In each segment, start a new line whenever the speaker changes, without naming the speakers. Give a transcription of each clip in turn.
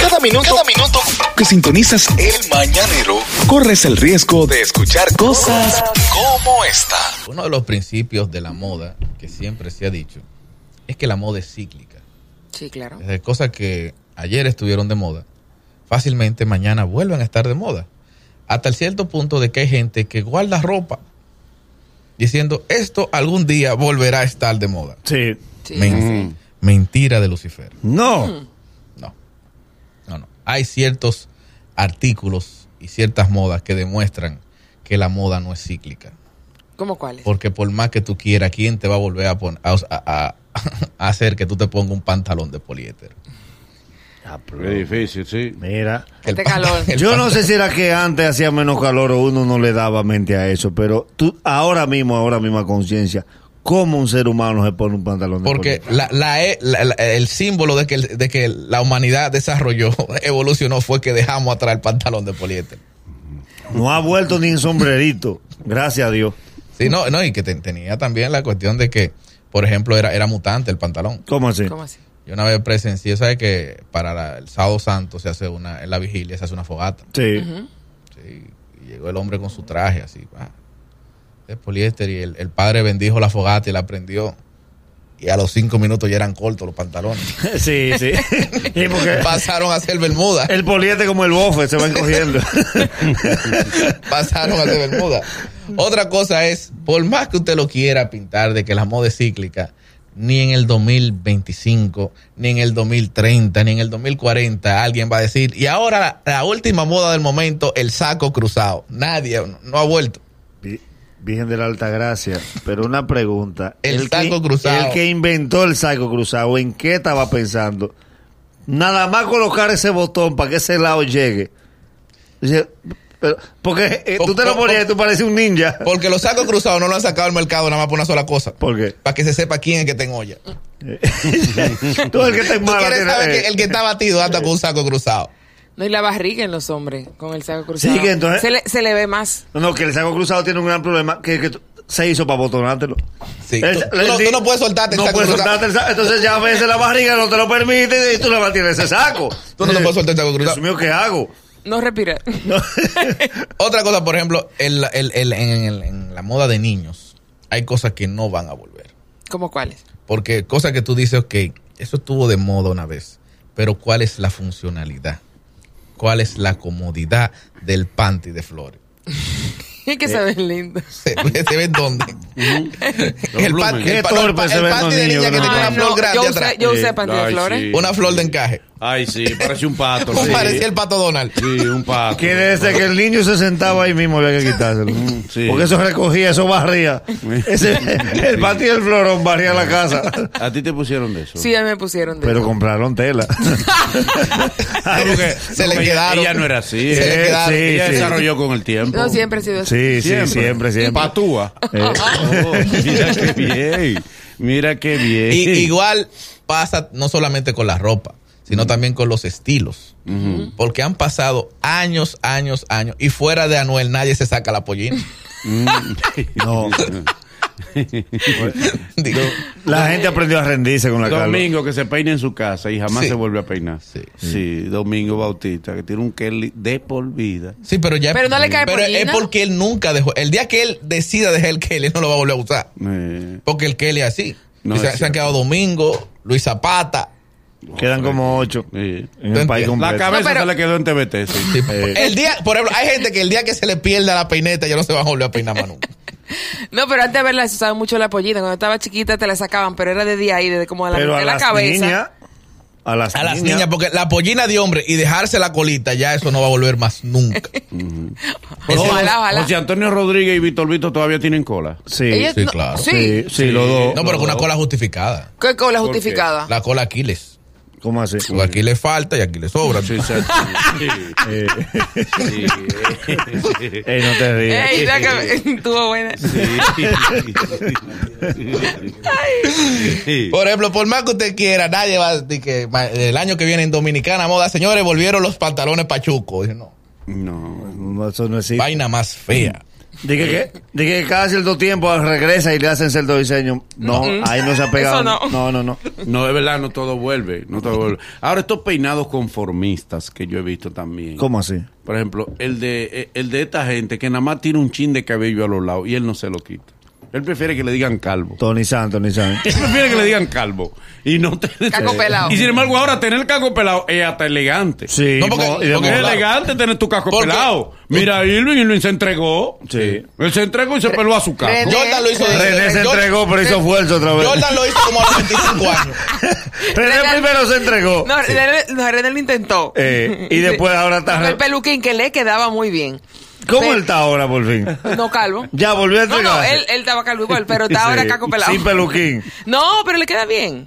Cada minuto, cada minuto que sintonizas el mañanero, corres el riesgo de escuchar cosas como esta.
Uno de los principios de la moda que siempre se ha dicho es que la moda es cíclica.
Sí, claro.
Eh,
Desde cosas que ayer estuvieron de moda, fácilmente mañana vuelven a estar de moda. Hasta el cierto punto de que hay gente que guarda ropa diciendo esto algún día volverá a estar de moda.
Sí.
Sí.
Men- Mentira de Lucifer. Hmm.
No.
No. No, no. Hay ciertos artículos y ciertas modas que demuestran que la moda no es cíclica.
¿Cómo cuáles?
Porque por más que tú quieras, ¿quién te va a volver a, pon- a, a- a hacer que tú te pongas un pantalón de poliéter?
Qué difícil, sí.
Ah, Mira.
Este
El pantalón-
calor.
el
Yo no sé si era que antes hacía menos calor o uno no le daba mente a eso, pero tú ahora mismo, ahora mismo a conciencia, ¿cómo un ser humano se pone un pantalón? de
Porque
poliéster?
la, la- eh, la- la- el símbolo de que, el- de que la humanidad desarrolló, evolucionó, fue que dejamos atrás el pantalón de poliéter.
no ha vuelto ni en sombrerito, gracias a Dios.
Sí, no, no, y que ten- tenía también la cuestión de que, por ejemplo, era, era mutante el pantalón.
¿Cómo así?
¿Cómo así?
Yo una vez presencié, ¿sabes que Para la- el sábado santo se hace una, en la vigilia se hace una fogata.
Sí.
Sí, y llegó el hombre con su traje así, pa, de poliéster, y el, el padre bendijo la fogata y la prendió. Y a los cinco minutos ya eran cortos los pantalones.
sí, sí. Sí, porque
Pasaron a ser bermuda.
el poliéster como el bofe se va encogiendo.
pasaron a ser bermuda. Otra cosa es, por más que usted lo quiera pintar de que la moda es cíclica, ni en el 2025, ni en el 2030, ni en el 2040 alguien va a decir, y ahora la, la última moda del momento, el saco cruzado. Nadie, no, no ha vuelto.
Vi- Virgen de la Alta Gracia, pero una pregunta.
El saco
que,
cruzado.
El que inventó el saco cruzado, ¿en qué estaba pensando? Nada más colocar ese botón para que ese lado llegue. O sea, pero- porque eh, tú te lo
Por-
ponías y
por-
tú pareces un ninja.
Porque los sacos cruzados no lo han sacado al mercado nada más por una sola cosa.
Porque
Para que se sepa quién es el que te engolla.
todo el que está en
Tú
mala
quieres
tiene-
saber
eh,
que el que está batido anda con un saco cruzado.
No, y la barriga en los hombres con el saco cruzado.
Sí, que entonces-
Se le, se le ve más.
No, no, que el saco cruzado tiene un gran problema que, que tú- se hizo para botonártelo.
Sí, tú- tú no- tú no puedes soltarte el
no
saco
puedes
cruzado.
soltarte el saco. Entonces ya a veces la barriga no te lo permite y tú le mantienes ese saco.
Tú no te puedes soltar el saco cruzado.
Dios mío, ¿qué hago?
No respira.
Otra cosa, por ejemplo, en la- el- el- en, el- en la moda de niños, hay cosas que no van a volver.
¿Cómo cuáles?
Porque cosas que tú dices, ok, eso estuvo de moda una vez, pero ¿cuál es la funcionalidad? ¿Cuál es la comodidad del panty de flores?
Y que se
Eh,
ven lindos.
¿Se, se ven dónde? el
Los
pan-
blumen.
Qué
el pan- no, el
torpe
pan-
se
el
ven los
panty de
niños
niña
que
que
no
tiene una
tienen-
flor
Ah, yo
grande
usé,
atrás.
yo usé
Eh,
Sí.
panty de
Ay,
flores.
sí.
Una flor de encaje.
Ay, sí, parece un pato.
Parecía
sí.
el pato Donald.
Sí, un pato.
Que desde que el niño se sentaba ahí mismo había que quitárselo.
sí.
Porque eso recogía, eso barría. Ese- el patio del florón barría la casa.
¿A ti te pusieron de eso?
Sí, a mí me pusieron de
Pero
todo.
compraron tela. Ah, porque-
Se le quedaron.
Ella no era así.
Se le
eh.
quedaron.
sí,
Ella
sí.
desarrolló con el tiempo.
No, siempre he sido así.
Sí, sí, siempre, siempre. Eh.
Patúa. Oh, mira qué bien. Mira qué bien.
Y- igual pasa no solamente con la ropa, sino también con los estilos. Porque han pasado años, años, años. Y fuera de Anuel nadie se saca la pollina.
No,
Digo,
la gente aprendió a rendirse con la calva.
Domingo que se peina en su casa y jamás
Sí.
se vuelve a peinar.
Sí.
Sí. Domingo Bautista, que tiene un Kelly de por vida.
sí, pero ya...
Pero no le cae
pero es
pollina.
porque él nunca dejó... El día que él decida dejar el Kelly, él no lo va a volver a usar.
Eh,
Porque el Kelly es así.
No,
Y se, se
es
han
cierto.
quedado Domingo, Luis Zapata.
Quedan como ocho
eh.
en el país
La
completo.
cabeza
No, pero-
se le quedó en TBT. sí. Eh,
Sí, El día, por ejemplo, hay gente que el día que se le pierda la peineta ya no se va a volver a peinar más nunca.
No, pero antes de verla se usaba mucho la pollina. Cuando estaba chiquita te la sacaban, pero era de día ahí, desde como a la
Pero
mitad
a
de la
las
cabeza.
niñas, a las,
A las niñas, porque la pollina de hombre y dejarse la colita, ya eso no va a volver más nunca.
Ojalá, ojalá.
José Antonio Rodríguez y Víctor Vito todavía tienen cola.
Sí,
Ellas
sí,
no-
claro.
Sí.
sí, sí, los dos.
No, pero con una cola justificada.
¿Qué cola
¿Por qué?
justificada?
La cola Aquiles.
¿Cómo así?
Porque aquí le falta y aquí le sobra.
Sí, sí, sí.
Eh,
Sí.
ey, no te rías.
Ey, ya
eh,
que- estuvo buena.
Sí.
Por ejemplo, por más que usted quiera, nadie va a decir que ma- el año que viene en Dominicana Moda, señores, volvieron los pantalones pachucos. Dice, No,
No.
No, Eso no existe.
vaina más fea.
Dije que, di que cada cierto tiempo regresa y le hacen cierto diseño. No, ahí no se ha pegado.
Eso no.
no, no, no.
No, es verdad, no todo vuelve, no todo vuelve. Ahora estos peinados conformistas que yo he visto también.
¿Cómo así?
Por ejemplo, el de el de esta gente que nada más tiene un chin de cabello a los lados y él no se lo quita. Él prefiere que le digan calvo.
Tony San, Tony San.
Él prefiere que le digan calvo y no tener-
Caco pelado.
Y sin embargo, ahora tener caco pelado es hasta elegante.
Sí,
No, porque-
mo- y de
porque
Es
moda.
Claro.
elegante tener tu caco
Porque-
pelado. Mira, a Irving, Irving se entregó.
Sí.
Él se entregó y se peló a su caco.
René.
Jordan lo hizo desde-
René se
Jordan-
entregó, pero hizo fuerza otra vez.
Jordan lo hizo como a los 25 años.
René
René-
primero se entregó.
No, René, no, René lo intentó.
Eh, y después ahora está-
Fue El peluquín que le quedaba muy bien.
¿Cómo
Sí.
él está ahora, por fin?
No calvo.
Ya volvió a
No,
entregarse.
no, él, él estaba calvo igual, pero está
Sí,
ahora caco pelado.
Sin peluquín.
No, pero le queda bien.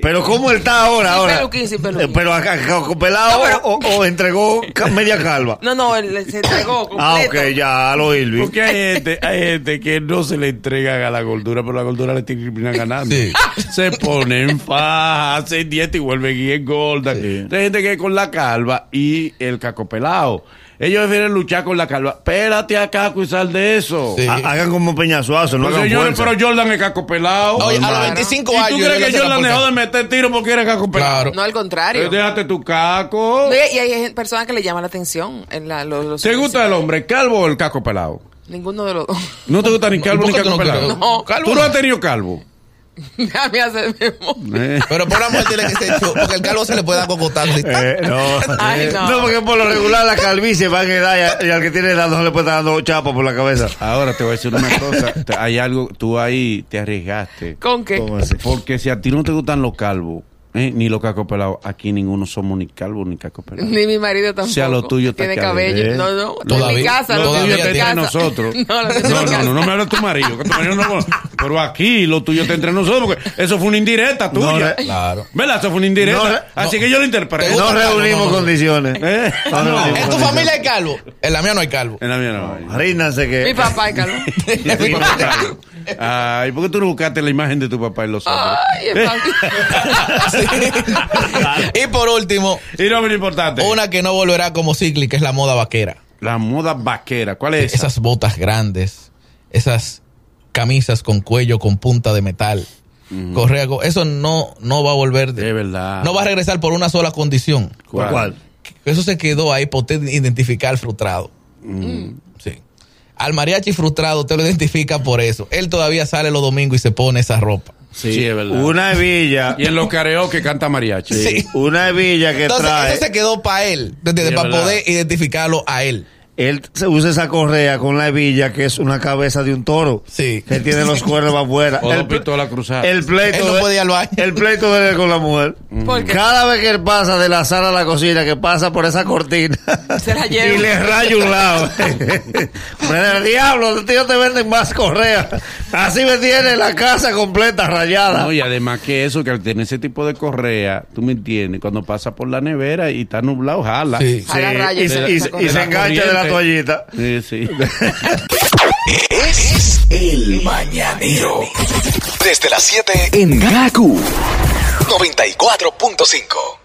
Pero ¿cómo él está ahora?
Sin
ahora?
peluquín, sin peluquín.
Eh, Pero acá, caco pelado
No, pero-
o, o entregó ca- media calva.
No, no, él se entregó
ah,
completo.
ok, ya, a lo Irving.
Porque hay gente, hay gente que no se le entrega a la gordura, pero la gordura le termina ganando.
Sí.
Se ponen faja, hacen dieta y vuelven y engordan. Entonces, Hay gente que es con la calva y el caco pelado. Ellos prefieren luchar con la calva. Espérate a caco y sal de eso.
Sí.
Ha- Hagan como peñazuazo, no
Pues,
hagan
señores,
fuerza.
pero Jordan es caco pelado.
Oye, a los
Normal.
25
¿Y
años.
tú crees que
yo
Jordan dejó de meter tiro porque era caco pelado?
Claro.
No, al contrario.
Pues, déjate tu caco.
No, Y y hay personas que le llaman la atención. En la, los, los-
¿Te gusta el hombre calvo o el caco pelado?
Ninguno de los dos.
No te gusta ni calvo
¿Por
ni
qué tú no
caco pelado.
quieres?
No.
Calvo
Tú no
no.
has tenido calvo.
Déjame hacer memo.
Eh.
Pero por amor tiene que ser chulo, porque el calvo se le puede dar cocotazo. y-
Eh, no.
Ay, no.
No, porque por lo regular la calvicie va en edad y a- y al que tiene edad no le puede estar dando chapas por la cabeza.
Ahora te voy a decir una cosa. Te- Hay algo, tú ahí te arriesgaste.
¿Con qué?
¿Cómo así?
Porque si a ti no te gustan los calvos, eh, ni los cacopelados, aquí ninguno somos ni calvos ni cacopelados.
Ni mi marido tampoco.
Sea lo tuyo está
Tiene
que haber.
cabello. No, no. en
Todavía-
mi casa.
lo
todavía
tuyo
en mi
te entre
casa.
nosotros.
No, lo tengo en
No,
mi
no,
casa.
no, no me hables de tu marido, que tu marido no- Pero aquí lo tuyo te entre nosotros, porque eso fue una indirecta tuya.
No, re-
Claro.
¿Verdad? Eso fue una indirecta.
No, re-
Así que yo lo interpreto.
¿Te
No
gusta?
reunimos
No, no, no.
condiciones.
Eh,
No
no.
reunimos
¿En tu
condiciones.
familia hay calvo? En la mía no hay calvo.
En la mía no.
Ríndanse que.
Mi papá es calvo.
Ay, ¿por qué tú no buscaste la imagen de tu papá en los hombros?
Ay, es
Sí. Y por último,
Y no, pero importante.
una que no volverá como cíclica es la moda vaquera.
La moda vaquera. ¿Cuál es esa?
Esas botas grandes, esas camisas con cuello, con punta de metal, correa, co- eso no, no va a volver.
Mm. De verdad.
No va a regresar por una sola condición.
¿Cuál? ¿Cuál?
Eso se quedó ahí por usted identificar frustrado. Sí. Al mariachi frustrado te lo identifica por eso. Él todavía sale los domingos y se pone esa ropa.
Sí, es verdad.
Una hebilla.
Y en los karaoke canta mariachi.
Sí.
Una hebilla que
Entonces,
trae.
eso se quedó para él,
Sí,
para
verdad.
poder identificarlo a él.
Él se usa esa correa con la hebilla que es una cabeza de un toro.
Sí.
Que tiene los cuernos afuera.
O dos
ple-
pistolas cruzadas.
El
Él
pleito.
no
de-
puede ir al baño.
El pleito de él con la mujer.
Mm. ¿Por qué?
Cada vez que él pasa de la sala a la cocina, que pasa por esa cortina.
Se la lleva.
y le raya un lado. Pero el diablo, tío, te venden más correas. Así me tiene la casa completa rayada.
No, y además que eso, que al tener ese tipo de correa, tú me entiendes, cuando pasa por la nevera y está nublado, jala.
Sí.
A la raya,
y,
se
se-
la-
y-
esa
y
correa.
se engancha de la toallita.
Sí, sí.
Es el mañanero. Desde las 7 en Gaku 94.5.